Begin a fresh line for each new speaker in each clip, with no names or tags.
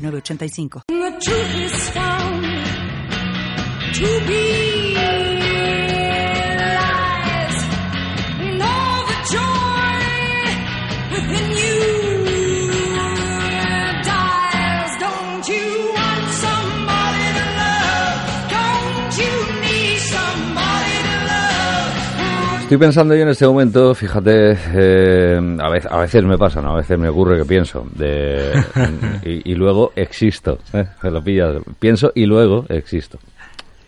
985.
The truth is found to be lies, and all the joy within you dies. Don't you want somebody to love? Don't you need somebody to love?
Estoy pensando yo en este momento, fíjate, eh, a, vez- a veces me pasa, ¿no? a veces me ocurre que pienso de, y, y luego existo. ¿eh? Me lo pillas. Pienso y luego existo.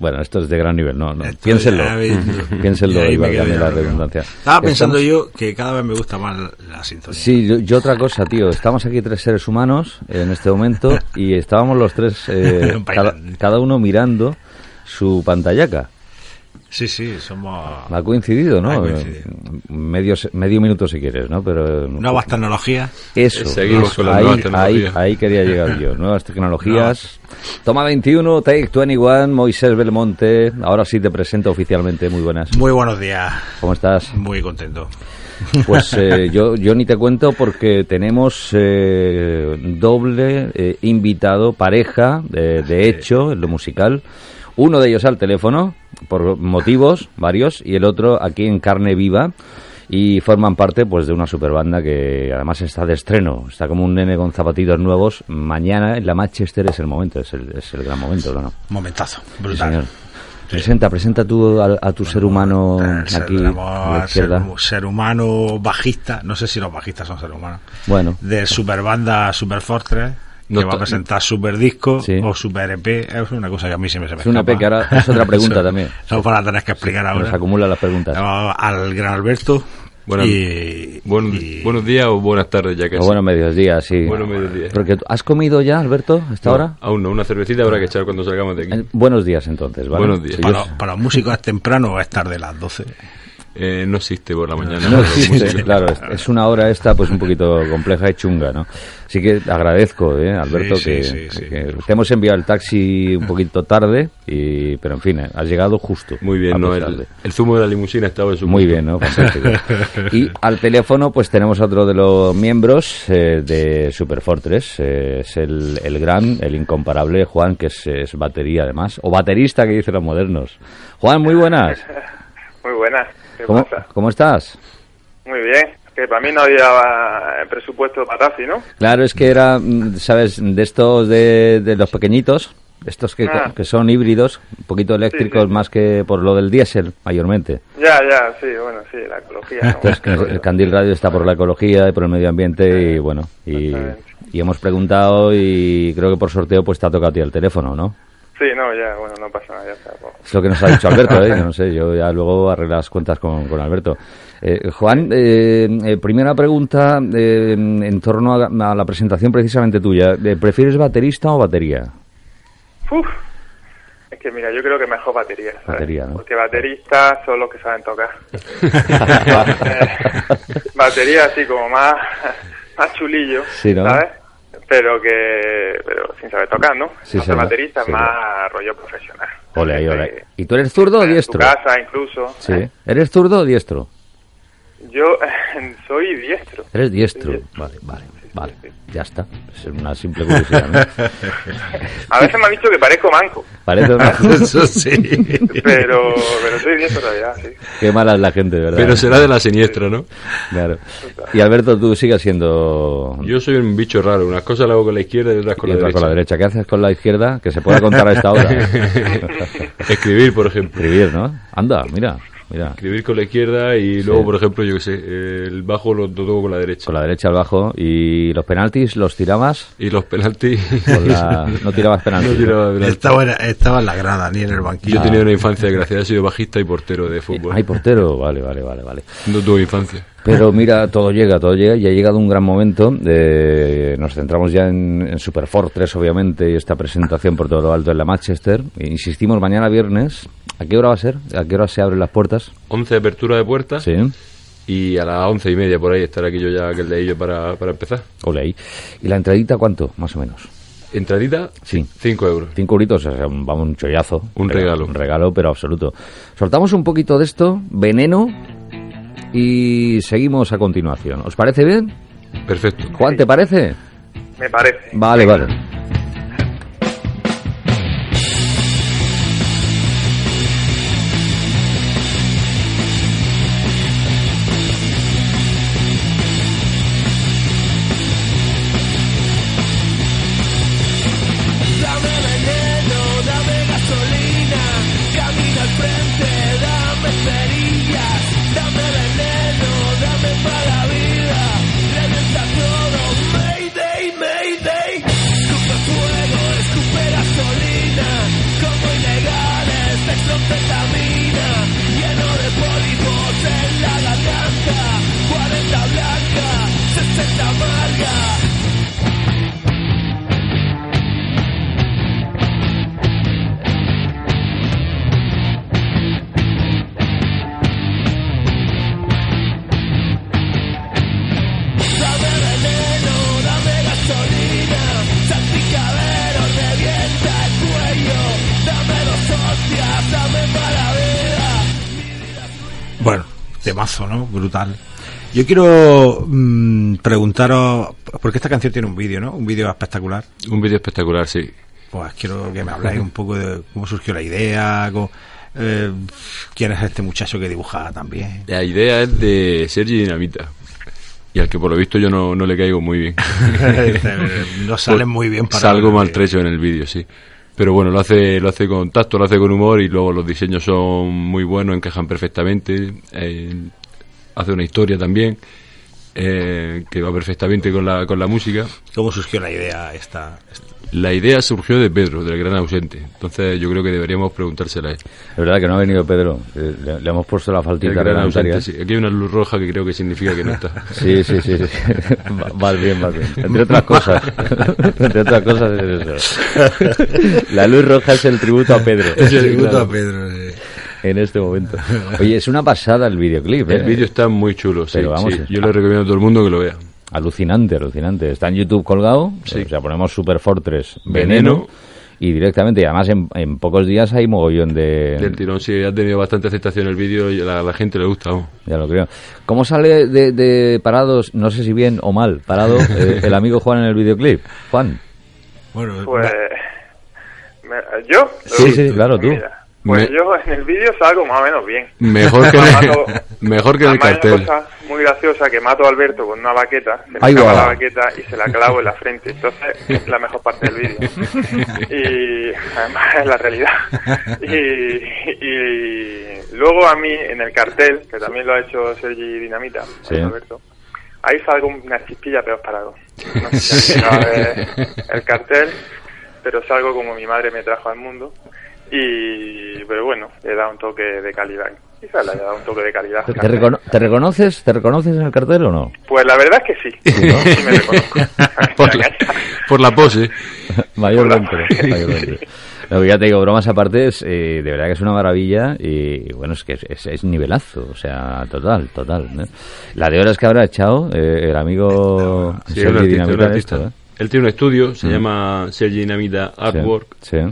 Bueno, esto es de gran nivel, no, no.
Esto
Piénsenlo.
ya veis, yo-
Piénsenlo
y ahí
y
me quedo
válgame
yo,
la
creo que no.
redundancia.
Estaba pensando
Estamos-
yo que cada vez me gusta más la sintonía.
Sí, yo, yo otra cosa, tío. Estamos aquí tres seres humanos en este momento y estábamos los tres, eh, cada,
Bailando.
cada uno mirando su pantallaca.
sí, sí, somos
Ha coincidido, ¿no?
Ha coincidido.
Medio, se- medio minuto si quieres, ¿no? Pero
nuevas tecnologías.
Eso,
Eh, Seguimos
eso,
con las
ahí,
nuevas tecnologías.
ahí- ahí quería llegar yo. Nuevas tecnologías. Toma 21, Take 21, Moisés Belmonte. Ahora sí te presento oficialmente. Muy buenas.
Muy buenos días,
¿Cómo estás?
muy contento.
Pues eh, yo, yo ni te cuento porque tenemos eh, doble eh, invitado, pareja, eh, de hecho, en lo musical. Uno de ellos al teléfono, por motivos varios, y el otro aquí en carne viva. Y forman parte pues de una superbanda que además está de estreno. Está como un nene con zapatitos nuevos. Mañana en la Manchester es el momento, es el, es el gran momento, ¿no?
Momentazo,
Sí,
brutal.
señor. Presenta, presenta tú a, a tu ser humano
Tenemos
aquí a la
al ser,
izquierda.
ser humano bajista, no sé si los bajistas son ser humanos,
Bueno,
de Superbanda Super Fortress, que
No
va a
to-
presentar Super Disco
Sí.
o Super EP, es una cosa que a mí se me se me
Es una
escapa.
EP que ahora es otra pregunta
Eso-
también.
Eso para tener que explicar
Ah,
nos
ahora.
acumulan las preguntas.
Llamaba al gran Alberto.
Buenas-
y,
Buen-
y-
Buenos días o buenas tardes, ya que
O Pues bueno, mediodía, sí.
Bueno, mediodía.
Porque tú- ¿Has comido ya, Alberto, hasta ahora?
Aún no, una cervecita habrá que echar cuando salgamos de
Eh,
aquí.
buenos días, entonces, ¿vale?
Buenos días.
Sí, yo-
para, para los músicos es temprano o es tarde las 12.
Eh, no existe por la mañana.
No
pero
existe,
música.
claro, es, es una hora esta pues un poquito compleja y chunga, ¿no? Así que agradezco, ¿eh, Alberto,
Sí, sí,
que,
sí, sí.
que te hemos enviado el taxi un poquito tarde, y, pero en fin, eh, has llegado justo.
Muy
a
bien, ¿no?
pesar de-
El, el zumo de la limusina estaba en su
Muy
punto.
bien, ¿no? Fantástico. Y al teléfono, pues tenemos a otro de los miembros eh, de Superfortress. eh, es el, el gran, el incomparable Juan, que es, es batería además, o baterista que dicen los modernos. Juan, muy buenas.
Muy buenas. ¿Qué
¿Cómo,
pasa?
cómo estás?
Muy bien. Que para mí no había eh, presupuesto para taxi, ¿no?
Claro, es que era, mm, ¿sabes? De estos de, de los pequeñitos, estos que,
Ah.
que son híbridos, un poquito eléctricos
Sí, sí.
más que por lo del diésel, mayormente.
Ya, ya, sí, bueno, sí, la ecología. ¿no?
Entonces, que Pues el Candil Radio está por la ecología y por el medio ambiente y bueno, y,
Eh, Exactamente.
y hemos preguntado y creo que por sorteo pues te ha tocado a ti el teléfono, ¿no?
Sí, no, ya, bueno, no pasa nada, ya está. pues.
Es lo que nos ha dicho Alberto, ¿eh? Yo no sé, yo ya luego arreglo las cuentas con, con Alberto. Eh, Juan, eh, eh, primera pregunta eh, en torno a, a la presentación precisamente tuya. Eh, ¿Prefieres baterista o batería?
Uf. Es que mira, yo creo que mejor batería. ¿sabes?
Batería, ¿no?
Porque bateristas son los que saben tocar. Eh, batería así como más, más chulillo,
Sí, ¿no?
¿sabes? Pero que pero sin saber tocar, ¿no?
Sí,
no
sí,
ser baterista es
sí,
más rollo profesional.
Ole, ahí, ole.
Eh,
¿Y tú eres zurdo o
En tu
diestro?
casa incluso.
Sí. ¿Eres zurdo o diestro?
Yo soy diestro.
Eres diestro. Vale, vale, vale. Ya está. Es una simple curiosidad, ¿no?
A veces me han dicho que parezco manco,
Parece una...
Eso sí.
pero, pero soy diestro en realidad, sí.
Qué mala es la gente, de ¿verdad?
Pero será de la siniestra, ¿no?
Claro. Y Alberto, tú sigues siendo...
Yo soy un bicho raro. Unas cosas las hago con la izquierda y otras con
y
la
otra
derecha.
con la derecha. ¿Qué haces con la izquierda? Que se pueda contar a esta hora.
Escribir, por ejemplo.
Escribir, ¿no? Anda, mira. mira.
Escribir con la izquierda y luego, por ejemplo, yo qué sé, eh, el bajo lo toco con la derecha.
Con la derecha al bajo. ¿Y los penaltis los tirabas?
Y los penaltis.
Con la- No tirabas penaltis.
No tiraba
Él
penaltis.
estaba, en- estaba en la grada, ni en el banquillo.
Yo he tenido una infancia desgraciada, he sido bajista y portero de fútbol.
Ay, portero. Vale, vale, vale, vale.
No tuve infancia.
Pero mira, todo llega, todo llega y ha llegado un gran momento. eh, nos centramos ya en, en Super Fortress, obviamente, y esta presentación por todo lo alto en la Manchester. E insistimos, mañana viernes. ¿A qué hora va a ser? ¿A qué hora se abren las puertas?
11 de apertura de puertas
Sí.
y a las 11 y media por ahí estará aquí yo ya aquel de ellos para, para empezar.
Ole ahí. ¿Y la entradita cuánto, más o menos?
Entradita,
Sí.
5 euros.
Cinco euritos, o sea, un, vamos, un chollazo.
Un
Pero-
regalo.
Un regalo, pero absoluto. Soltamos un poquito de esto, veneno, y seguimos a continuación. ¿Os parece bien?
Perfecto.
Juan, ¿te parece?
me parece.
Vale, vale.
Bueno, temazo, ¿no? Brutal. Yo quiero mm, preguntaros, porque esta canción tiene un vídeo, ¿no? Un vídeo espectacular.
Un vídeo espectacular, sí.
Pues quiero que me habláis un poco de cómo surgió la idea, cómo, eh, quién es este muchacho que dibujaba también.
La idea es de Sergi Dinamita. Y al que por lo visto yo no, no le caigo muy bien. Pues
no salen muy bien para
Salgo
ver,
maltrecho en el vídeo, sí. Pero bueno, lo hace, lo hace con tacto, lo hace con humor y luego los diseños son muy buenos, encajan perfectamente. Eh, hace una historia también eh, que va perfectamente con la, con la música.
¿Cómo surgió la idea esta? esta?
La idea surgió de Pedro, del gran ausente. Entonces yo creo que deberíamos preguntársela a él.
Es verdad que no ha venido Pedro. eh, Le, le hemos puesto la
El
faltita
gran
reglamentaria.
ausente, sí. Aquí hay una luz roja que creo que significa que no está.
Sí, sí, sí. sí. Va- Vas bien, vas bien. Entre otras cosas. Entre otras cosas es eso. La luz roja es el tributo a Pedro
Sí,
Tributo
claro.
a Pedro, eh.
en este momento. Oye, es una pasada el videoclip. ¿eh?
El vídeo está muy chulo, sí,
Pero vamos,
sí.
es-
Yo le recomiendo a todo el mundo que lo vea.
Alucinante, alucinante. Está en YouTube colgado.
Sí.
O sea, ponemos Super Fortress Veneno.
Veneno.
Y directamente, y además en, en pocos días hay mogollón de...
Del tirón sí ha tenido bastante aceptación el vídeo y a la, a la gente le gusta. vamos.
Ya lo creo. ¿Cómo sale de, de parados, no sé si bien o mal, parado eh, el amigo Juan en el videoclip? Juan.
Bueno,
Pues.
va-
me- ¿Yo?
Sí, sí, claro, tú.
Mira, pues
Me-
yo en el vídeo salgo más o menos bien.
Mejor que, en
Mato-
el, mejor que en el
Además, hay
cartel.
una cosa muy graciosa que mato a Alberto con una baqueta, se me
Ahí
escapa
va.
la baqueta y se la clavo en la frente. Entonces, es la mejor parte del vídeo. Y además es la realidad. Y, y luego a mí en el cartel, que también lo ha hecho Sergi Dinamita,
Sí.
Alberto, ahí salgo una chispilla peor parado. No sé si alguien va a ver el cartel, pero salgo como mi madre me trajo al mundo. Y, pero bueno, le da un toque de calidad. Quizás le da un toque de calidad.
¿Te, te recono- te reconoces, ¿Te reconoces en el cartel o no?
Pues la verdad es que sí. Sí me reconozco.
Por la, por la pose.
Mayormente. mayormente. No, pero ya te digo, bromas aparte, es, eh, de verdad que es una maravilla y bueno, es que es, es- es nivelazo, o sea, total, total. ¿no? La de horas que habrá echado eh, el amigo
Sí, es
Sergi
un artista,
Dinamita
un artista.
esto, ¿eh? Mm.
Él tiene un estudio, se llama Sergi Dinamita Artwork
Sí, sí.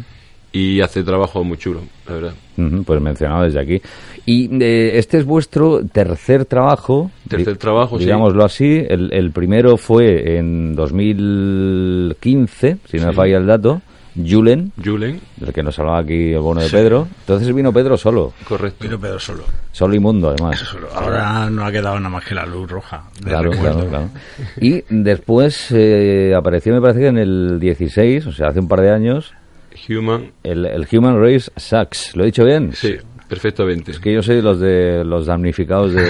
y hace trabajo muy chulo, la verdad.
Ujú, Pues mencionado desde aquí. Y eh, este es vuestro tercer trabajo.
Tercer
di-
trabajo, sí.
Digámoslo así. El, el primero fue en 2015, si no me
Sí.
falla el dato, Julen,
Julen,
del que nos hablaba aquí el bono de Pedro. Entonces vino Pedro solo,
correcto.
Pedro, Pedro solo.
solo inmundo además.
solo. Ahora no ha quedado nada más que la luz roja. de
Claro,
recuerdo.
claro, claro. Y después eh, apareció, me parece que en el 16, o sea, hace un par de años,
Human,
el, el Human Race Sucks. ¿Lo he dicho bien?
sí. perfectamente.
Es que yo soy los de los damnificados de,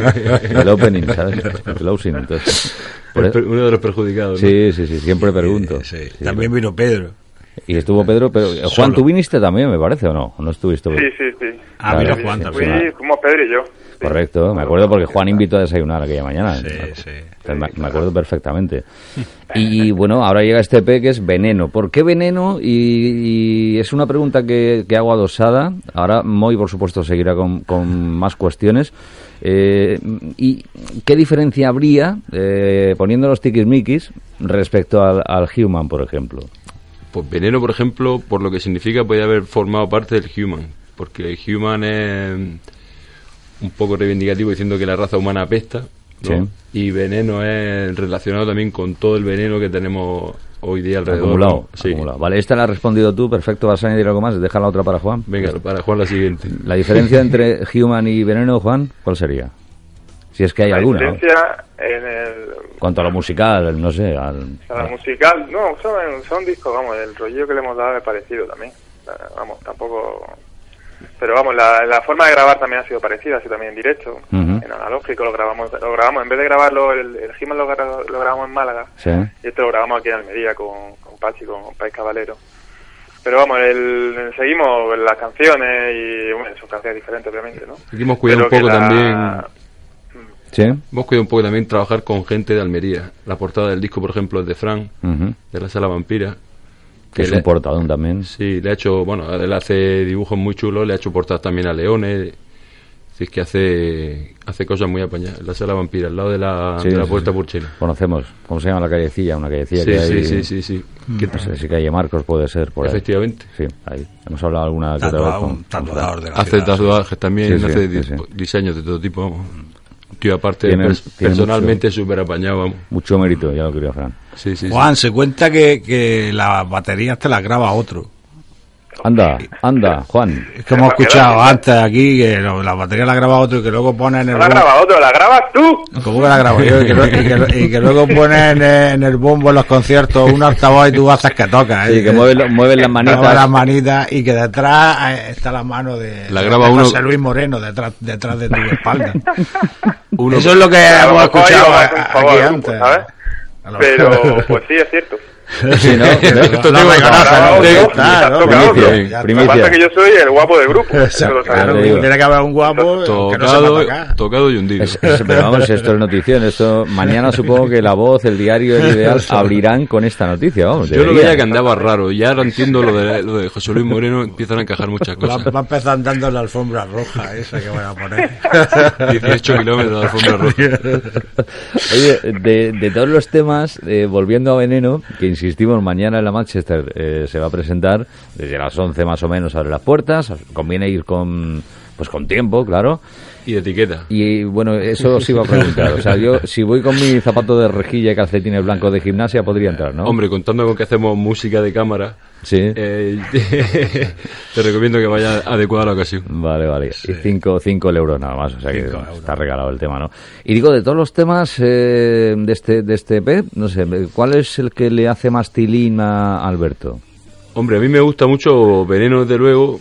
del opening, ¿sabes? El closing, entonces. Por
El
eso-
per- uno de los perjudicados. ¿no?
sí, sí, sí, siempre pregunto.
Eh, sí.
Sí,
También vino Pedro.
Y estuvo Pedro, pero eh, Juan,
Solo.
tú viniste también, me parece, ¿o no? ¿O no estuviste?
Sí, sí, sí.
Ah,
Claro,
vino
sí,
Juan
sí,
también.
sí.
Fui, fuimos Pedro y yo. Sí.
Correcto, me acuerdo porque Juan invitó a desayunar aquella mañana.
Sí,
Me-
sí.
Eh, me, me acuerdo perfectamente. Y bueno, ahora llega este P que es veneno. ¿Por qué veneno? Y, y es una pregunta que, que hago adosada. Ahora Moy, por supuesto, seguirá con, con más cuestiones. Eh, ¿Y qué diferencia habría eh, poniendo los tiquismiquis respecto al, al Human, por ejemplo?
Pues Veneno, por ejemplo, por lo que significa, puede haber formado parte del Human. Porque el Human es un poco reivindicativo diciendo que la raza humana apesta. ¿no?
Sí.
Y Veneno es relacionado también con todo el veneno que tenemos hoy día alrededor.
Acumulado,
¿no? Eh, Sí.
acumulado. Vale, esta la has respondido tú, perfecto. ¿Vas a añadir algo más? Deja la otra para Juan.
Venga, para Juan la siguiente.
La diferencia entre Human y Veneno, Juan, ¿cuál sería? Si es que hay
La
alguna. ¿no?
diferencia en el,
Cuanto a lo musical, no sé. al-
A la musical, no, son, son discos, vamos, el rollo que le hemos dado es parecido también. Eh, Vamos, tampoco. Pero vamos, la, la forma de grabar también ha sido parecida, ha sido también en directo,
Ujú.
en analógico, lo grabamos, lo grabamos, en vez de grabarlo, el, el He-Man lo, gra- lo grabamos en Málaga,
Sí.
y este lo grabamos aquí en Almería con, con Pachi, con País Caballero. Pero vamos, el, seguimos las canciones y, bueno, son canciones diferentes, obviamente, ¿no?
Aquí hemos cuidado un poco
Pero que
también
Sí.
Hemos cuidado un poco también trabajar con gente de Almería. La portada del disco, por ejemplo, es de Fran,
Ujú.
de la Sala Vampira.
Que es
le-
un portadón también.
Sí, le ha hecho, bueno, él hace dibujos muy chulos, le ha hecho portadas también a Leones. Así que hace, hace cosas muy apañadas. La Sala Vampira, al lado de la,
Sí,
de la
sí,
puerta
sí.
Purchina.
Conocemos. ¿Cómo se llama la callecilla? Una callecilla
Sí,
que
sí,
hay.
sí, sí, sí. Que-
No sé si calle Marcos puede ser por ahí.
Efectivamente. Ah,
Sí, ahí. Hemos hablado alguna que otra vez
Tatuado,
con-
un
con-
tatuador de la
Hace
ciudad.
tatuajes también,
Sí, sí,
hace
sí,
di-
sí.
diseños de todo tipo, vamos. Un Tío, aparte,
Tiene-
pers-
tiene
personalmente súper apañado, vamos.
Mucho mérito, ya lo quería Fran.
Sí, sí, sí.
Juan, se cuenta que, que las baterías te las graba otro.
Anda, anda, Juan.
Es que hemos
Pero,
escuchado
pero-
antes aquí que lo- las baterías las graba otro y que luego pone en el
No la
bombo-
graba otro, la grabas tú.
¿Cómo que la grabo yo? Y que, lo- y que- y que luego pone en, el- en el bombo en los conciertos un altavoz y tú haces que tocas.
Sí,
¿eh?
que mueve, lo- mueve las
Graba las
manitas.
manitas y que detrás eh, está la mano de,
La graba
de
uno-
José Luis Moreno detrás, detrás de tu espalda.
Uno-
Eso es lo que
A lo
hemos
mejor
escuchado
íbamos a hacer un favor
aquí
al grupo,
antes.
¿sabes?
A lo
Pero,
mejor.
pues sí, es cierto.
Sí, ¿no?
Esto
No,
tengo
me
que
conoce,
grabar
¿no?
otro,
Ya está,
ya
¿no?
toca
Ya
otro.
está.
Lo que
Primicia.
pasa es que yo soy el guapo del grupo. eso
Exacto,
lo sabes,
claro,
¿no?
digo.
Tiene que haber un guapo que no sepa
tocado,
tocar.
tocado y hundido.
Es- es- pero vamos, esto es notición. Esto, mañana supongo que La Voz, El Diario, El Ideal abrirán con esta noticia. Vamos,
Yo lo
deberían.
veía que andaba raro, ya ahora entiendo lo de, lo de José Luis Moreno, empiezan a encajar muchas
Va,
cosas.
va a empezar andando en la alfombra roja esa que van a poner.
18 kilómetros de alfombra roja.
Oye, de, de todos los temas, eh, volviendo a Veneno, que insistimos, mañana en la Manchester eh, se va a presentar, desde las 11 más o menos abre las puertas, conviene ir con pues con tiempo, claro.
Y de etiqueta.
Y bueno, eso os iba a preguntar. O sea, yo, si voy con mi zapato de rejilla y calcetines blancos de gimnasia, podría entrar, ¿no?
Hombre, contando con que hacemos música de cámara,
Sí.
eh, te recomiendo que vaya adecuada a la ocasión.
Vale, vale. Y 5 cinco, el euros nada más, o sea que
Cinco euros.
está regalado el tema, ¿no? Y digo, de todos los temas eh, de, este, de este EP, no sé, ¿cuál es el que le hace más tilín a Alberto?
Hombre, a mí me gusta mucho Veneno, desde luego,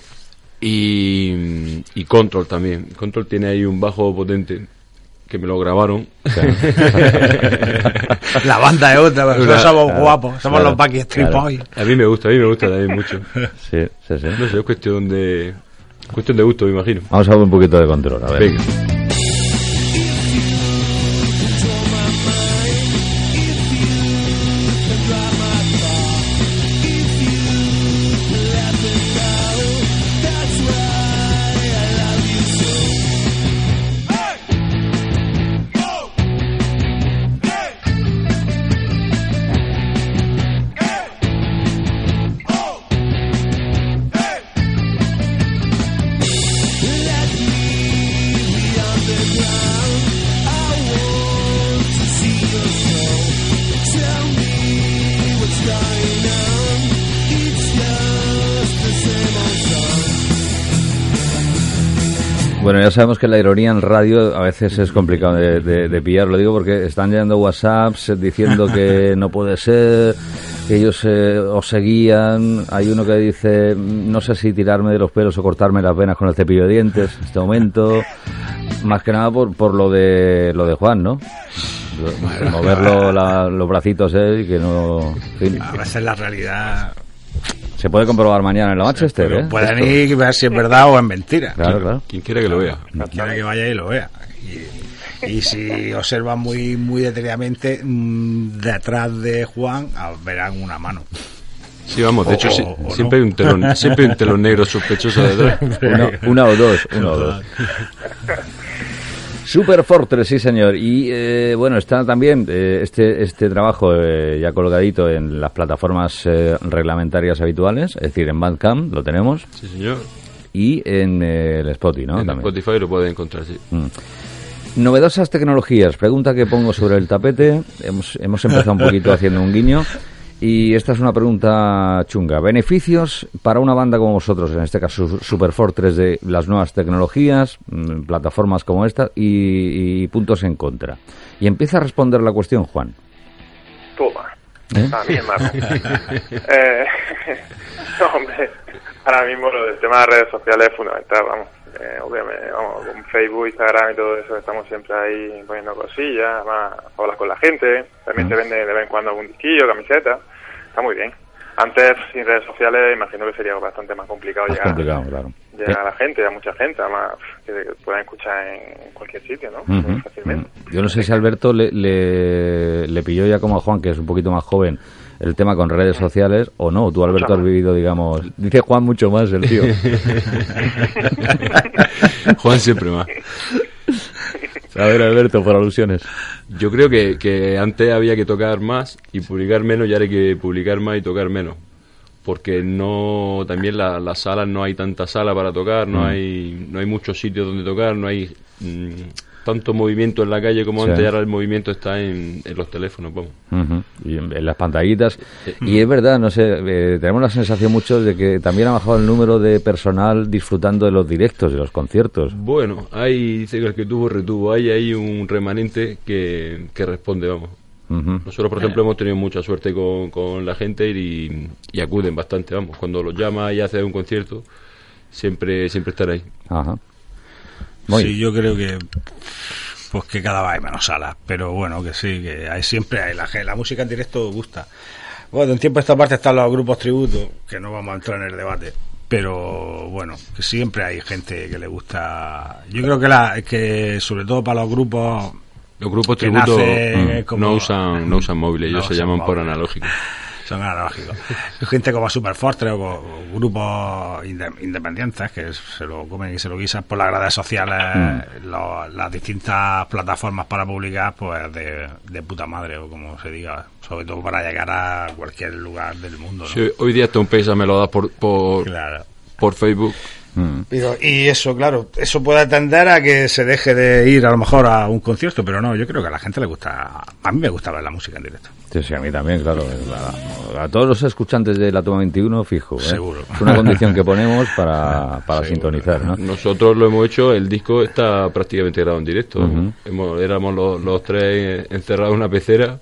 y, y Control también. Control tiene ahí un bajo potente, que me lo grabaron.
La banda es otra, pero nosotros somos
claro,
guapos, somos
claro,
los Backstreet
claro.
Boys.
A mí me gusta, a mí me gusta también mucho.
Sí, sí, sí.
No sé, es cuestión de, cuestión de gusto, me imagino.
Vamos a ver un poquito de control, a ver.
Venga.
Bueno, ya sabemos que la ironía en radio a veces es complicado de, de- de pillar, lo digo porque están llegando WhatsApps diciendo que no puede ser, ellos eh, os seguían. Hay uno que dice, no sé si tirarme de los pelos o cortarme las venas con el cepillo de dientes en este momento. Más que nada por, por lo de lo de Juan, ¿no? Lo- Moverlo la- los bracitos él y que no... en fin.
A veces la realidad.
se puede comprobar mañana en la Manchester,
Pero
¿eh?
pueden
Esto.
ir y ver si es verdad o es mentira.
Claro, claro.
Quien quiera que lo vea.
Quiera que vaya y lo vea. Y, y si observan muy, muy detenidamente, mm, detrás de Juan ah, verán una mano.
Sí, vamos, de hecho,
O-
sí-
o no.
siempre, hay un telón, siempre hay un telón negro sospechoso detrás.
Una, una o dos, una o dos. Super Fortress, sí señor. Y eh, bueno, está también eh, este, este trabajo eh, ya colocadito en las plataformas eh, reglamentarias habituales, es decir, en Bandcamp lo tenemos
Sí, señor.
y en eh, el Spotify, ¿no?
en
También.
Spotify lo puedes encontrar, sí.
Novedosas tecnologías, pregunta que pongo sobre el tapete. Hemos, hemos empezado un poquito haciendo un guiño. Y esta es una pregunta chunga. ¿Beneficios para una banda como vosotros, en este caso Su- Superfortress, de las nuevas tecnologías, mm, plataformas como esta y, y puntos en contra? Y empieza a responder la cuestión, Juan.
Toma.
¿Eh?
A mí es malo. Ah, Eh, no, hombre, ahora mismo lo del tema de redes sociales es fundamental, vamos. Eh, obviamente, vamos, con Facebook, Instagram y todo eso estamos siempre ahí poniendo cosillas, además hablas con la gente, también te vende de vez en cuando algún disquillo, camiseta, está muy bien. Antes, sin redes sociales, imagino que sería bastante más complicado
Más
llegar,
complicado, claro. Eh,
llegar a la gente, a mucha gente, además que que puedan escuchar en cualquier sitio, ¿no?
Ujú,
Muy fácilmente.
ujú. Yo no sé si Alberto le, le, le pilló ya como a Juan, que es un poquito más joven, el tema con redes sociales o no. Tú, Alberto, has vivido, digamos. Dice Juan mucho más el tío.
Juan siempre más.
A ver, Alberto, por alusiones.
Yo creo que, que antes había que tocar más y publicar menos, y ahora hay que publicar más y tocar menos. Porque no, también la- las salas, no hay tanta sala para tocar,
Mm.
no hay no hay muchos sitios donde tocar, no hay mm, tanto movimiento en la calle como
Sí.
antes, y ahora el movimiento está en, en los teléfonos, vamos.
Ujú. Y en, en las pantallitas. Y es verdad, no sé, eh, tenemos la sensación mucho de que también ha bajado el número de personal disfrutando de los directos, de los conciertos.
Bueno, hay, dice que el que tuvo, retuvo, hay, hay un remanente que, que responde, vamos.
Ujú.
Nosotros, por ejemplo, hemos tenido mucha suerte con, con la gente y, y acuden bastante, vamos. Cuando los llama y hace un concierto, siempre siempre están ahí.
Ajá. Muy
sí,
bien.
yo creo que pues que cada vez hay menos salas, pero bueno, que sí, que hay, siempre hay la, gen- la música en directo gusta. Bueno, de un tiempo a esta parte están los grupos tributos, que no vamos a entrar en el debate, pero bueno, que siempre hay gente que le gusta. Yo creo que la que sobre todo para los grupos
Los grupos
Que
tributo
nace
mm,
como-
no usan no usan móviles,
No
ellos se
usan
llaman por
móviles.
analógico.
son analógicos. Gente como Superfortress o, o grupos inde- independientes que se lo comen y se lo guisan por las redes sociales,
Mm.
lo- las distintas plataformas para publicar, pues de, de puta madre o como se diga, sobre todo para llegar a cualquier lugar del mundo. ¿no?
Sí, hoy día hasta un pesa me lo da por, por,
Claro.
por Facebook.
Mm.
Pero- y eso, claro, eso puede atender a que se deje de ir a lo mejor a un concierto, pero no, yo creo que a la gente le gusta, a mí me gusta ver la música en directo.
Sí, sí, a mí también, claro. A, a todos los escuchantes de la Toma 21, fijo. ¿eh?
Seguro.
Es una condición que ponemos para, para sintonizar, ¿no?
Nosotros lo hemos hecho, el disco está prácticamente grabado en directo.
Ujú.
Hemos- éramos los, los tres encerrados en una pecera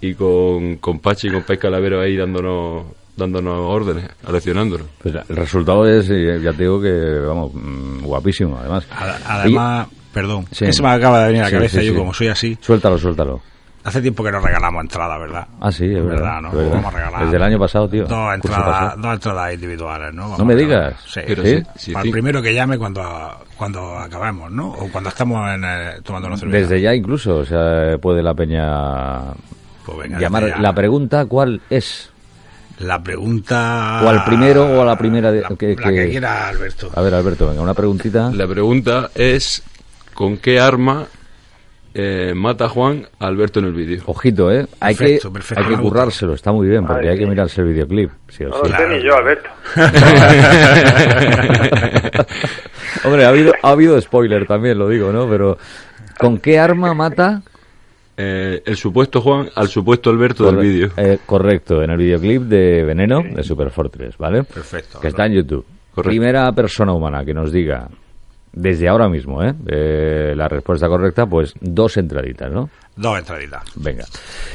y con, con Pachi y con Pez Calavero ahí dándonos, dándonos órdenes, aleccionándonos.
Pues la- el resultado es, eh, ya te digo que, vamos, mm, guapísimo, además.
Ad- Además, perdón,
Sí.
que se me acaba de venir a la
Sí,
cabeza,
sí,
yo
sí.
como soy así,
Oye, Suéltalo, suéltalo.
Hace tiempo que no regalamos entradas, ¿verdad?
Ah, sí, es verdad.
¿Verdad? no?
es verdad.
Vamos a regalar.
Desde el año pasado, tío.
Dos
Curso
entradas,
pasado.
dos entradas individuales, ¿no? Vamos
No me
a regalar.
digas.
Sí.
Pero
¿Sí?
sí, sí,
Para
sí.
el primero que llame cuando, cuando acabemos, ¿no? O cuando estamos en, eh, tomando una cerveza.
Desde ya incluso, o sea, puede la peña
Pues venga,
llamar.
desde ya.
La pregunta, ¿cuál es?
La pregunta.
O al primero o a la primera de-
la,
que-
la
que- Ah.
que quiera, Alberto.
A ver, Alberto, venga, una preguntita.
La pregunta es ¿con qué arma eh, mata a Juan a Alberto en el vídeo?
Ojito, ¿eh? Hay
Perfecto,
que,
perfecto,
hay que
me gusta.
currárselo, está muy bien, porque
Ay,
hay que
sí.
mirarse el videoclip, sí o
No lo
sí.
sé ni yo, Alberto.
Hombre, ha habido, ha habido spoiler también, lo digo, ¿no? Pero, ¿con qué arma mata?
Eh, el supuesto Juan al supuesto Alberto del
Corre-
vídeo.
eh, correcto, en el videoclip de Veneno de Superfortress, ¿vale?
Perfecto.
Que está en YouTube.
Correcto.
Primera persona humana que nos diga desde ahora mismo, ¿eh? Eh, la respuesta correcta, pues dos entraditas, ¿no?
Dos entraditas.
Venga.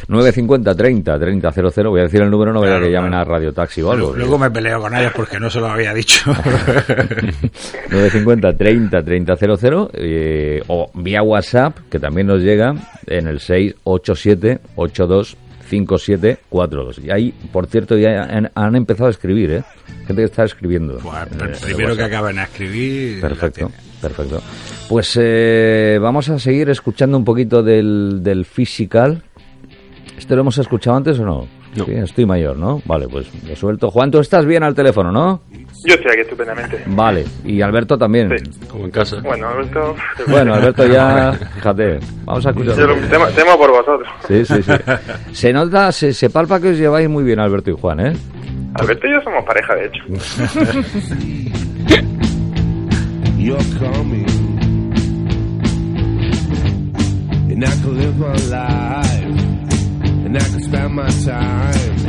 950 30 30 00. Voy a decir el número, no voy a
Claro,
que llamen
claro.
a Radio Taxi o algo.
Luego, luego me peleo con ellos porque no se lo había dicho.
950 30 30 00 eh, o vía WhatsApp, que también nos llega en el 687 82 5742. Y ahí, por cierto, ya han, han empezado a escribir, ¿eh? Gente que está escribiendo.
Pues,
eh,
el
de
primero que
WhatsApp.
acaben a escribir. la
Perfecto,
tiene.
perfecto. Pues eh, vamos a seguir escuchando un poquito del, del physical. ¿Este lo hemos escuchado antes o no?
No.
Sí, estoy mayor, ¿no? Vale, pues lo suelto. Juan, tú estás bien al teléfono, ¿no?
Yo estoy aquí estupendamente.
Vale, y Alberto también.
Sí.
Como en casa.
Bueno, Alberto,
Bueno, Alberto ya, fíjate, vamos a
yo lo-
escuchar.
temo, temo por vosotros.
Sí, sí, sí. Se nota, se, se palpa que os lleváis muy bien Alberto y Juan, ¿eh?
Alberto y yo somos pareja, de hecho.
You're coming. And I can live my life. And I can spend my time.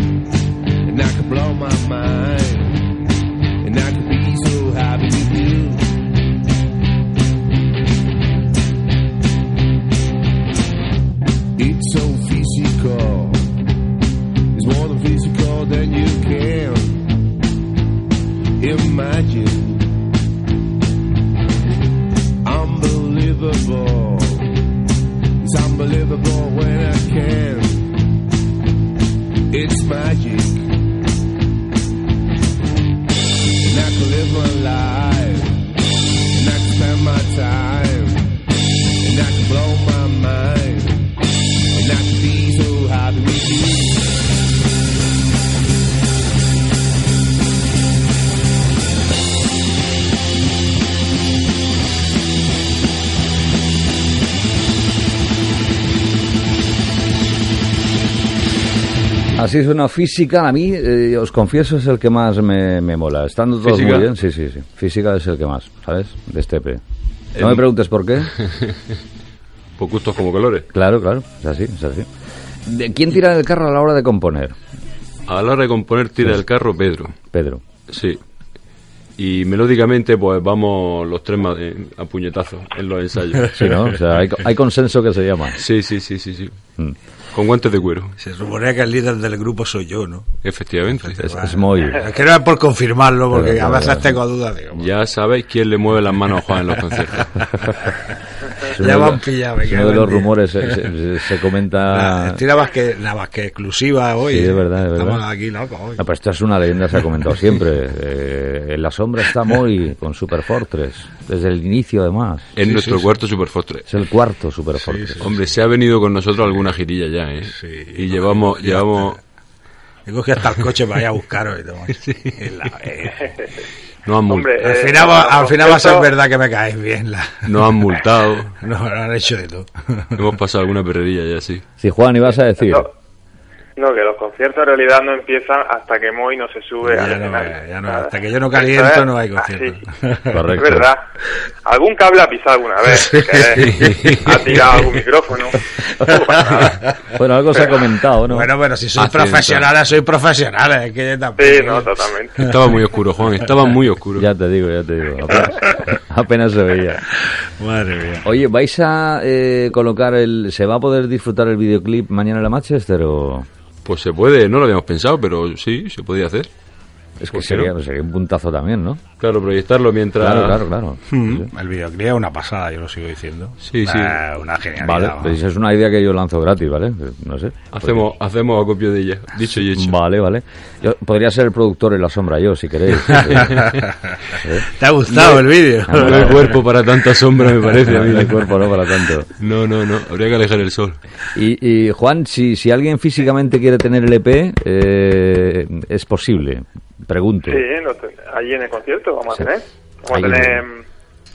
And I can blow my mind. And I can be so happy with you. It's so physical. It's more than physical than you can imagine unbelievable. It's unbelievable when I can. It's magic. And I can live my life. And I can spend my time. And I can blow my mind. And I can be so happy with you.
Así es una física, a mí, eh, os confieso, es el que más me, me mola. Estando todos
¿Física?
muy bien, sí, sí, sí. Física es el que más, ¿sabes? De este EP. No
Em-
me preguntes por qué.
Por gustos como colores.
Claro, claro, es así, es así. ¿De quién tira el carro a la hora de componer?
A la hora de componer tira el carro Pedro.
Pedro.
Sí. Y melódicamente pues vamos los tres ma- eh, a puñetazos en los ensayos.
Sí, ¿no? O sea, hay, hay consenso que se llama.
Sí, sí, sí, sí, sí.
Mm.
Con guantes de cuero.
Se suponía que el líder del grupo soy yo, ¿no?
Efectivamente.
Es, es muy...
Es que no es por confirmarlo, porque
Pero,
a
pero,
veces
pero.
tengo dudas. Digo,
Ya sabéis quién le mueve las manos a Juan en los conciertos.
es uno de
ya me han
los-
pillado. me
es uno
cago
de
en
los
diez.
rumores, se, se- se
La,
comenta...
tira más que, la más que exclusiva hoy.
Sí, es
¿eh?
verdad, es verdad.
Estamos aquí locos hoy.
No, pero esto es una leyenda, se ha comentado siempre. Eh, en la sombra está Mori con Super Fortress, desde el inicio además.
En
Sí,
nuestro
sí, sí.
cuarto Superfostre.
Es el cuarto Super Fortress.
Hombre, se ha venido con nosotros alguna girilla ya, ¿eh?
Sí.
y llevamos, llevamos,
He cogido hasta el coche para ir a buscaros. y todo, macho. La- eh.
nos han, mul-
Hombre,
Al
eh,
final, va-
bueno,
al final va a ser
esto-
verdad que me caes bien. La,
nos han multado,
no, lo han hecho de todo.
hemos pasado alguna perrería ya, sí.
Si Juan ibas a decir,
No, no, que los conciertos en realidad no empiezan hasta que Moy no se sube
Ya
al
no,
escenario.
ya no,
Nada.
hasta que yo no
Eso
caliento
es
no hay
así.
concierto.
Es
correcto.
verdad. Algún cable ha pisado alguna vez. que ha tirado algún micrófono. No pasa nada.
Bueno, Ah, algo se ha comentado, ¿no?
Bueno, pero si sois
Acento.
profesionales, sois profesionales. Es que yo tampoco-
Sí, no, totalmente.
Estaba muy oscuro, Juan, estaba muy oscuro.
Ya te digo, ya te digo. Apenas, apenas se veía.
Madre mía.
Oye, ¿vais a eh, colocar el... ¿Se va a poder disfrutar el videoclip mañana en la Manchester o...?
Pues se puede, no lo habíamos pensado, pero sí, se podía hacer.
Es que
¿Por qué no?
sería, sería un puntazo también, ¿no?
Claro, proyectarlo mientras...
Claro, claro, claro. Sí,
El videoclip es una pasada, yo lo sigo diciendo.
Sí, sí.
Ah, Una
sí.
genialidad.
Vale,
vamos.
pues es una idea que yo lanzo gratis, ¿vale? No sé.
Hacemos, hacemos acopio de ella, dicho y hecho.
Vale, vale. Yo podría ser el productor en la sombra yo, si queréis. Sí, sí.
¿Te ha gustado el vídeo?
Ah,
No hay cuerpo para tanta sombra, me parece a mí.
No hay cuerpo no para tanto.
No, no, no, habría que alejar el sol.
Y, y, Juan, si, si alguien físicamente quiere tener el EP, eh, es posible. Pregunto.
Sí, no te- allí en el concierto vamos
Sí.
a tener. Vamos
Ahí
a tener. mm,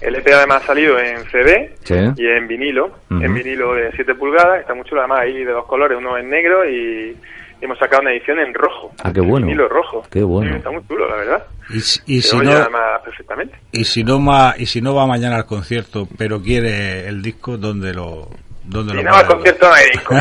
El EP además ha salido en CD
Sí.
y en vinilo.
Ujú.
En vinilo de 7 pulgadas, está muy chulo. Además, ahí de dos colores, uno en negro y hemos sacado una edición en rojo.
Ah, qué
En
bueno.
Vinilo rojo.
Qué bueno.
Sí, Está muy chulo, la verdad.
Y, si- y
Se
si
oye
no,
además perfectamente.
y, si no ma- y si no va mañana al concierto, pero quiere el disco, ¿dónde lo.? ¿Dónde
Y
lo
no, al
puede-
concierto no hay disco.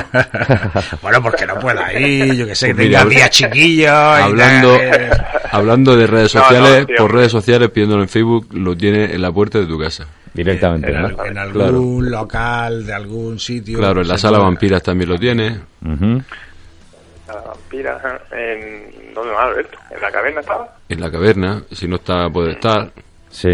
bueno, porque no pueda ir, yo que sé, que
Pues mira,
tenga
habla-
días chiquillos. y
hablando,
tal, eh.
hablando de redes
No, no,
sociales,
tío.
por redes sociales, pidiéndolo en Facebook, lo tiene en la puerta de tu casa.
Directamente,
en, al-
¿no?
en algún
Claro.
local, de algún sitio.
Claro, en la
Se
sala
puede-
vampiras también lo tiene.
Ujú.
La vampira, ajá. en... ¿Dónde más, Alberto? ¿En la caverna estaba?
En la caverna, si no está, puede estar.
Sí.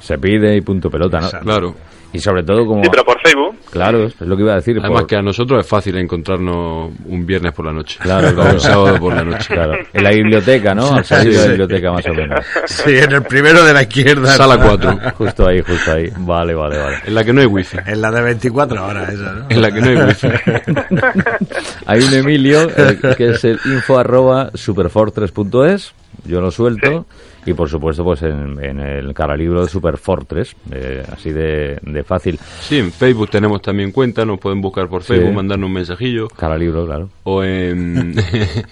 Se pide y punto pelota, ¿no?
Exacto.
Claro.
Y sobre todo como...
Sí, pero por Facebook.
Claro, es lo que iba a decir.
Además
por-
que a nosotros es fácil encontrarnos un viernes por la noche.
Claro,
O
claro.
un sábado por la noche.
Claro. En la biblioteca, ¿no? Al salir de la
Sí.
biblioteca, más o menos.
Sí, en el primero de la izquierda.
Sala 4.
Justo ahí, justo ahí. Vale, vale, vale.
En la que no hay wifi.
En la de 24 horas, esa, ¿no?
En la que no hay wifi.
Hay un Emilio eh, que es el info arroba superfortress.es. Yo lo suelto. Y por supuesto, pues en, en el caralibro de Superfortress. eh, así de, de fácil.
Sí, en Facebook tenemos también cuenta, nos pueden buscar por
Sí.
Facebook, mandarnos un mensajillo.
Caralibro, claro.
O en,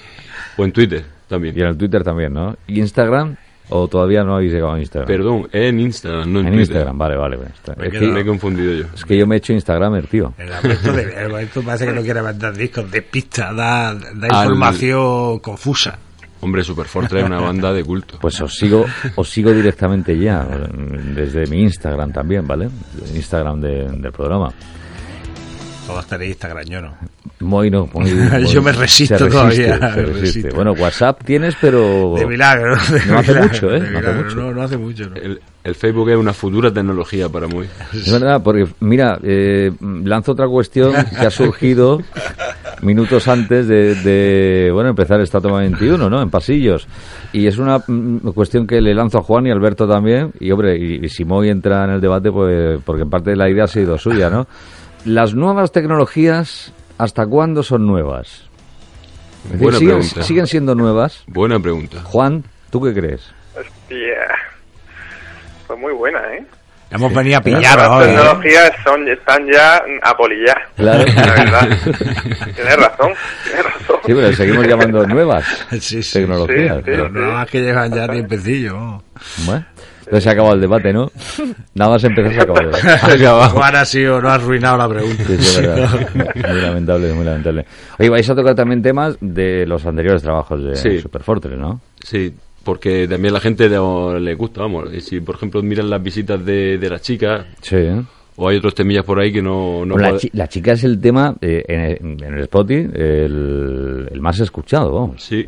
o en Twitter también.
Y en el Twitter también, ¿no? ¿Y Instagram? ¿O todavía no habéis llegado a Instagram?
Perdón, en Instagram, no en,
en
Twitter.
Instagram, vale, vale. vale.
Me
Es
queda-
que,
Me he confundido yo.
es que yo me he hecho Instagramer, tío.
El Alberto, de- el Alberto parece que no quiere mandar discos de pista, da, da
Al-
información confusa.
Hombre, Superfortra es una banda de culto.
Pues os sigo, os sigo directamente ya, desde mi Instagram también, ¿vale? Instagram de- del programa.
Todos tenéis Instagram, yo no.
Muy no, muy,
Yo me resisto todavía,
se
me
resiste.
resisto.
Bueno, WhatsApp tienes, pero...
De milagro. de
Oh. No hace
milagro,
mucho, ¿eh?
de
No hace
milagro,
mucho.
No, no hace mucho. ¿no?
El, el Facebook es una futura tecnología para muy.
Es verdad, porque mira, eh, lanzo otra cuestión que ha surgido minutos antes de, de, bueno empezar esta toma 21, ¿no? En pasillos. Y es una mm, cuestión que le lanzo a Juan y Alberto también. Y hombre, y, y si Moy entra en el debate, pues porque en parte la idea ha sido suya, ¿no? Las nuevas tecnologías, ¿hasta cuándo son nuevas? Es decir,
Buena
siguen,
pregunta.
siguen siendo nuevas.
Buena pregunta.
Juan, ¿tú qué crees?
Hostia. Pues eh, muy buena, ¿eh?
Hemos venido a
Las
pillaros hoy. ¿eh?
tecnologías son, están ya a polillar.
Claro.
La verdad. tienes razón, tienes razón.
Sí, pero seguimos llamando nuevas
Sí, sí.
tecnologías.
sí.
pero-
Pero no más que llevan ya tiempecillo. vamos.
Bueno, entonces se ha acabado el debate, ¿no? Nada más empezar se ha acabado el debate.
Juan ha sido, no ha arruinado la pregunta.
Sí, sí, es verdad. Muy lamentable, muy lamentable. Oye, vais a tocar también temas de los anteriores trabajos de
Sí.
Superfortress, ¿no?
Sí, porque también a la gente le, le gusta, vamos. Y Si, por ejemplo, miran las visitas de, de las chicas,
Sí. ¿eh?
o hay otros temillas por ahí que no... no
Bueno, la,
pod-
chi- la chica es el tema eh, en, en el Spotify el, el más escuchado, vamos.
Sí,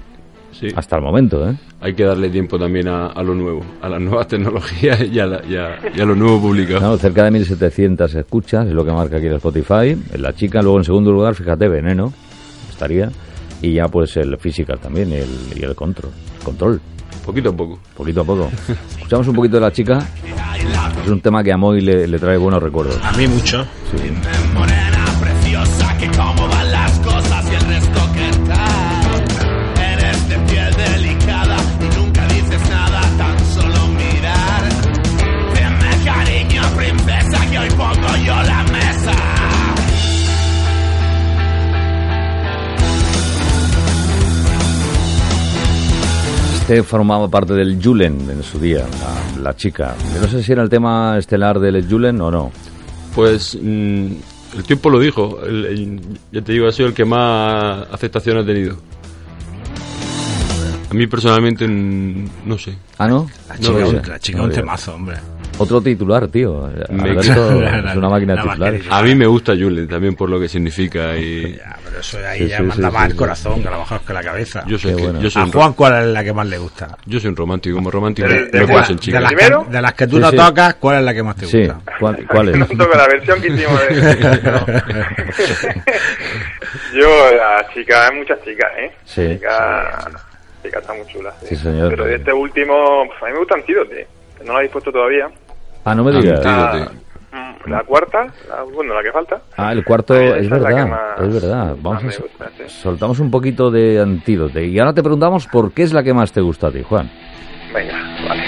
sí.
Hasta el momento, ¿eh?
Hay que darle tiempo también a, a lo nuevo, a las nuevas tecnologías y a, la- y a- y a lo nuevo publicado.
No, cerca de 1700 escuchas, es lo que marca aquí el Spotify. La chica, luego en segundo lugar, fíjate, Veneno, estaría. Y ya pues el Physical también, y el, y el Control. Control.
Poquito a poco.
poquito a poco. Escuchamos un poquito de la chica. Es un tema que a Moy le, le trae buenos recuerdos.
A mí mucho.
Morena preciosa, que cómo van las cosas y el resto que tal. Eres de piel delicada y nunca dices nada, tan solo mirar. Dime cariño, princesa, que hoy pongo yo la mesa.
Este formaba parte del Julen en su día, la, la chica. Yo no sé si era el tema estelar del Julen o no.
Pues mm, el tiempo lo dijo. El- el- ya te digo, ha sido el que más aceptación ha tenido. A mí personalmente, mm, no sé.
Ah, no.
La
No
chica,
lo sé.
un, la chica
No
un
lo sé.
temazo, hombre.
Otro titular, tío. Alberto es una máquina de
Nada más
titulares.
que-
A mí me gusta Julen también por lo que significa. Y
Ya, pero eso ahí
Sí,
ya
sí,
manda
sí,
más
sí,
el
sí.
corazón que a lo mejor que la cabeza.
yo soy,
Qué
que-
bueno.
yo soy
a
un,
Juan, ¿cuál es la que más le gusta?
yo soy un romántico, como romántico
De- de-
me
de-
pasen
de,
chicas.
las que,
¿Primero?
de las que tú
Sí,
no
sí.
tocas, ¿cuál es la que más te
Sí,
gusta?
¿cuál, cuál
No
es?
toco la versión que hicimos de... Yo, la chica, hay muchas chicas, ¿eh?
Sí,
La chica, la chica está muy chula.
Sí, señor.
Pero de este último, pues, a mí me gusta Antídote, que no lo habéis puesto todavía.
Ah, no me digas.
Antídote.
Ah,
Mm, La cuarta, la- bueno, la que falta.
Ah, el cuarto
Esa
es
es la
verdad,
que más-
es verdad.
más
Vamos, a
me
sol-
gusta, sí.
soltamos un poquito de antídote y ahora te preguntamos por qué es la que más te gusta a ti, Juan.
Venga, vale.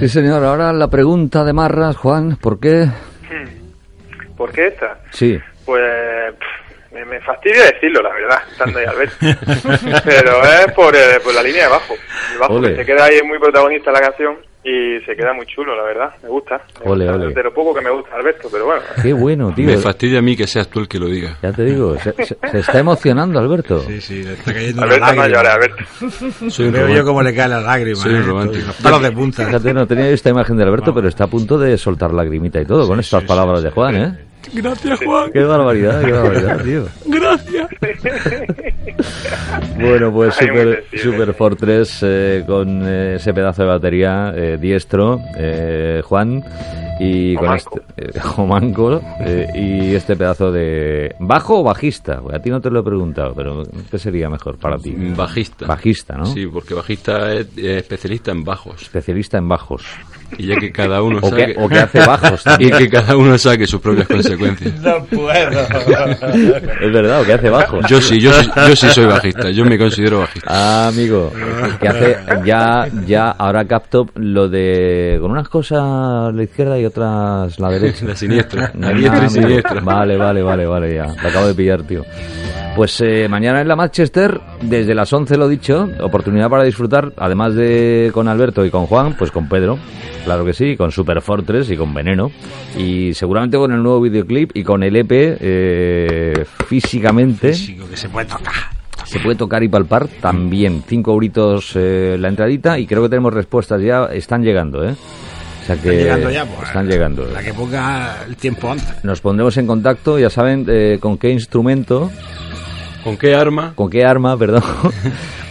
Sí, señor. Ahora la pregunta de Marras, Juan, ¿por qué?
¿Por qué esta?
Sí.
Pues pff, me, me fastidia decirlo, la verdad, estando ahí al ver. Pero es por, eh, por la línea de bajo. El bajo
Ole.
que se queda ahí es muy protagonista en la canción y se queda muy chulo, la verdad. Me gusta. Me
Ole,
gusta.
ole.
De lo poco que me gusta Alberto, pero bueno.
Qué bueno, tío.
Me fastidia a mí que seas tú el que lo diga.
Ya te digo, se, se- se está emocionando Alberto.
Sí, sí, le está cayendo una
Alberto no
lágrima.
llores, Alberto.
Soy un
Veo
román-
yo cómo le cae la lágrima.
Soy un
eh, esto,
romántico.
Los palos de punta.
Fíjate, no tenía esta imagen de Alberto, pero está a punto de soltar lagrimita y todo con estas
sí,
palabras
sí,
de
sí.
Juan, ¿eh?
Gracias, Juan.
Qué barbaridad, qué barbaridad, tío.
Gracias.
Bueno, pues
Ay, muy
Super,
eh.
sensible.
Super Fortress eh, con eh, ese pedazo de batería eh, diestro, eh, Juan, y con
Jomanco.
este eh, Jomanco, eh, y este pedazo de bajo o bajista. A ti no te lo he preguntado, pero ¿qué sería mejor para ti?
Mm, Bajista.
Bajista, ¿no?
Sí, porque bajista es, es especialista en bajos.
Especialista en bajos.
Y ya que cada uno
O
saque...
que, o que hace bajos.
y
también.
que cada uno saque sus propias consecuencias.
No puedo.
es verdad, o que hace bajos.
Yo sí, yo sí, yo sí soy bajista, yo me considero bajista.
Ah, amigo, que hace ya ya ahora capto lo de con unas cosas la izquierda y otras la derecha.
La siniestra, la
Ah,
diestra y
amigo.
siniestra.
Vale, vale, vale, vale, ya. Lo acabo de pillar, tío. Pues eh, mañana en la Manchester, desde las 11 lo dicho, oportunidad para disfrutar, además de con Alberto y con Juan, pues con Pedro, claro que sí, con Super Fortress y con Veneno, y seguramente con el nuevo videoclip y con el EP eh, físicamente
Chico, que se puede tocar.
se puede tocar y palpar también. Cinco euritos eh, la entradita y creo que tenemos respuestas ya. Están llegando, ¿eh? O sea que
Están llegando ya, pues.
están llegando.
La que ponga el tiempo antes.
Nos pondremos en contacto, ya saben, eh, con qué instrumento,
¿Con qué arma?
con qué arma, perdón,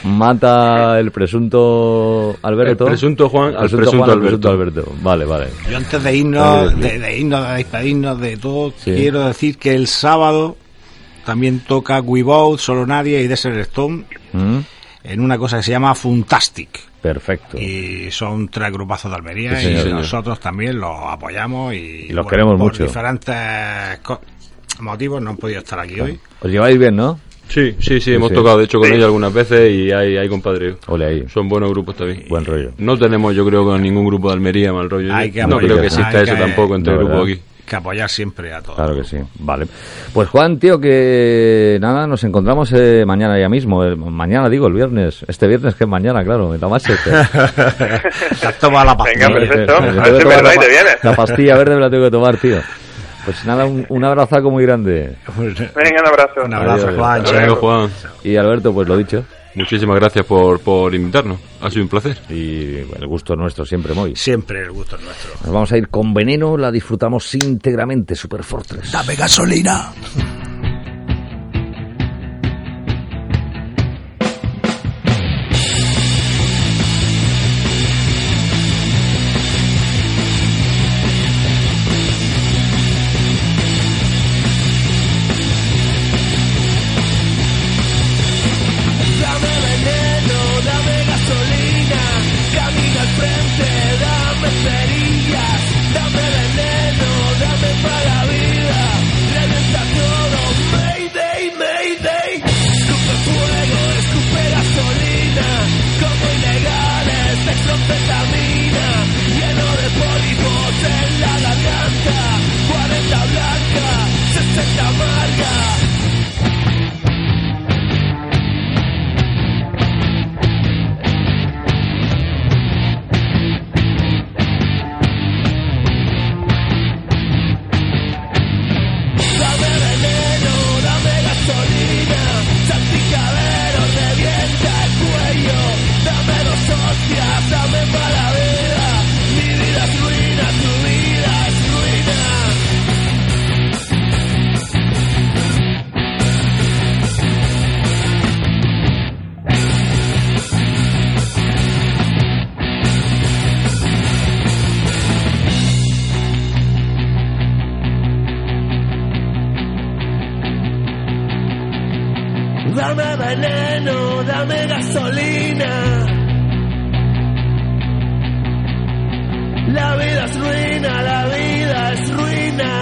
mata el presunto Alberto.
El presunto Juan al
Presunto
presunto
Juan al
Alberto.
Alberto. Vale, vale.
Yo antes de irnos, de, de irnos, de despedirnos de todo,
Sí.
quiero decir que el sábado también toca Guibaud, Solonaria y Desert Stone
Mm,
en una cosa que se llama Fantastic.
Perfecto. Y,
Y son tres grupazos de Almería
Sí,
y
señor.
nosotros también los apoyamos y,
los queremos
por
mucho.
diferentes co- motivos no han podido estar aquí hoy.
Os lleváis bien, ¿no?
Sí, sí, sí, hemos
Sí.
tocado de hecho con ella algunas veces y hay, hay compadreo.
Ole ahí.
Son buenos grupos también.
Buen rollo.
No tenemos, yo creo, con ningún grupo de Almería mal rollo.
Hay que
no
apoyar,
creo que exista
hay
eso
que-
tampoco entre
No,
grupos
¿verdad?
aquí.
Que apoyar siempre a todos.
Claro que sí, vale. Pues Juan, tío, que nada, nos encontramos eh, mañana ya mismo. El- mañana digo, el viernes. Este viernes que es mañana, claro, en la Manchester.
Te has tomado la pastilla.
Venga, perfecto.
Me
A
tengo
ver
que
si me
tomar la
acordáis
pa-
te vienes.
La pastilla verde me la tengo que tomar, tío. Pues nada, un, un abrazaco muy grande.
Venga, un abrazo.
Un abrazo,
Adiós.
Juan.
Hasta luego, Juan.
Y Alberto, pues lo dicho.
Muchísimas gracias por, por invitarnos. Ha sido un placer.
Y bueno, el gusto nuestro siempre, muy.
Siempre el gusto es nuestro.
Nos vamos a ir con veneno, la disfrutamos íntegramente, Super Fortress.
Dame gasolina.
Dame veneno, dame gasolina, camina al frente, dame cerillas, dame veneno, dame para la vida, reventa todo, Mayday, Mayday, escupe fuego, escupe gasolina, como ilegales, metrofetamina, lleno de pólipos en la garganta, 40 blanca, 60 amarga. Dame veneno, dame gasolina, salpicadero, revienta el cuello, dame dos hostias, dame para la vida, mi vida es ruina, tu vida es ruina. Dame veneno, dame gasolina. La vida es ruina, la vida es ruina.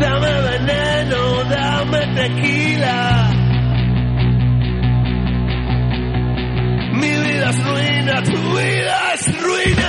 Dame veneno, dame tequila. Mi vida es ruina, tu vida es ruina.